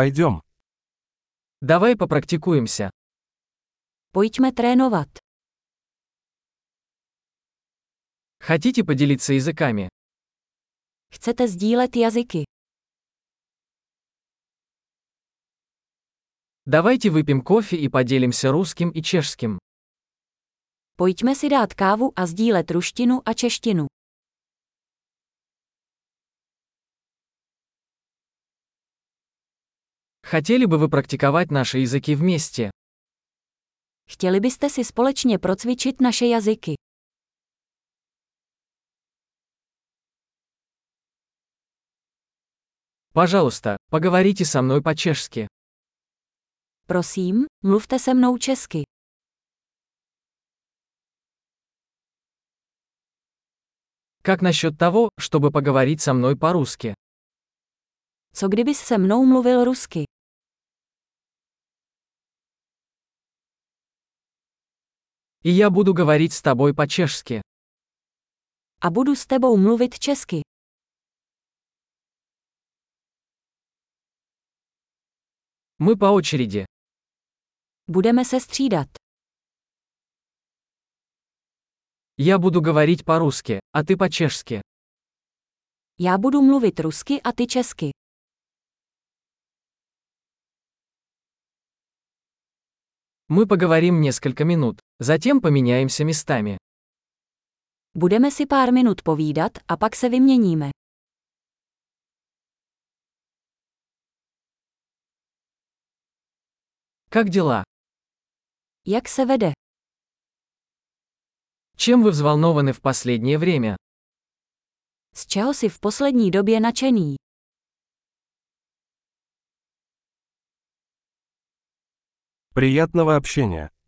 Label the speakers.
Speaker 1: Пойдем.
Speaker 2: Давай попрактикуемся.
Speaker 3: Pojďme trénovat.
Speaker 2: Хотите поделиться языками?
Speaker 3: Chcete sdílet jazyky?
Speaker 2: Давайте выпьем кофе и поделимся русским и чешским.
Speaker 3: Pojďme si dát kávu a sdílet ruštinu a češtinu.
Speaker 2: Хотели бы вы практиковать наши языки вместе?
Speaker 3: Chtěli byste si společně procvičit naše jazyky?
Speaker 2: Пожалуйста, поговорите со мной по-чешски.
Speaker 3: Prosím, mluvte se mnou česky.
Speaker 2: Как насчет того, чтобы поговорить со мной по-русски?
Speaker 3: Co kdybys se mnou mluvil rusky?
Speaker 2: И я буду говорить с тобой по-чешски.
Speaker 3: A budu s tebou mluvit česky.
Speaker 2: Мы по очереди.
Speaker 3: Budeme se střídat.
Speaker 2: Я буду говорить по-русски, а ты по-чешски.
Speaker 3: Já budu mluvit rusky a ty česky.
Speaker 2: Мы поговорим несколько минут, затем поменяемся местами.
Speaker 3: Budeme si pár minut povídat a pak se vyměníme.
Speaker 2: Как дела?
Speaker 3: Jak se vede?
Speaker 2: Чем вы взволнованы в последнее время?
Speaker 3: Z čeho si v poslední době načený?
Speaker 1: Приятного общения.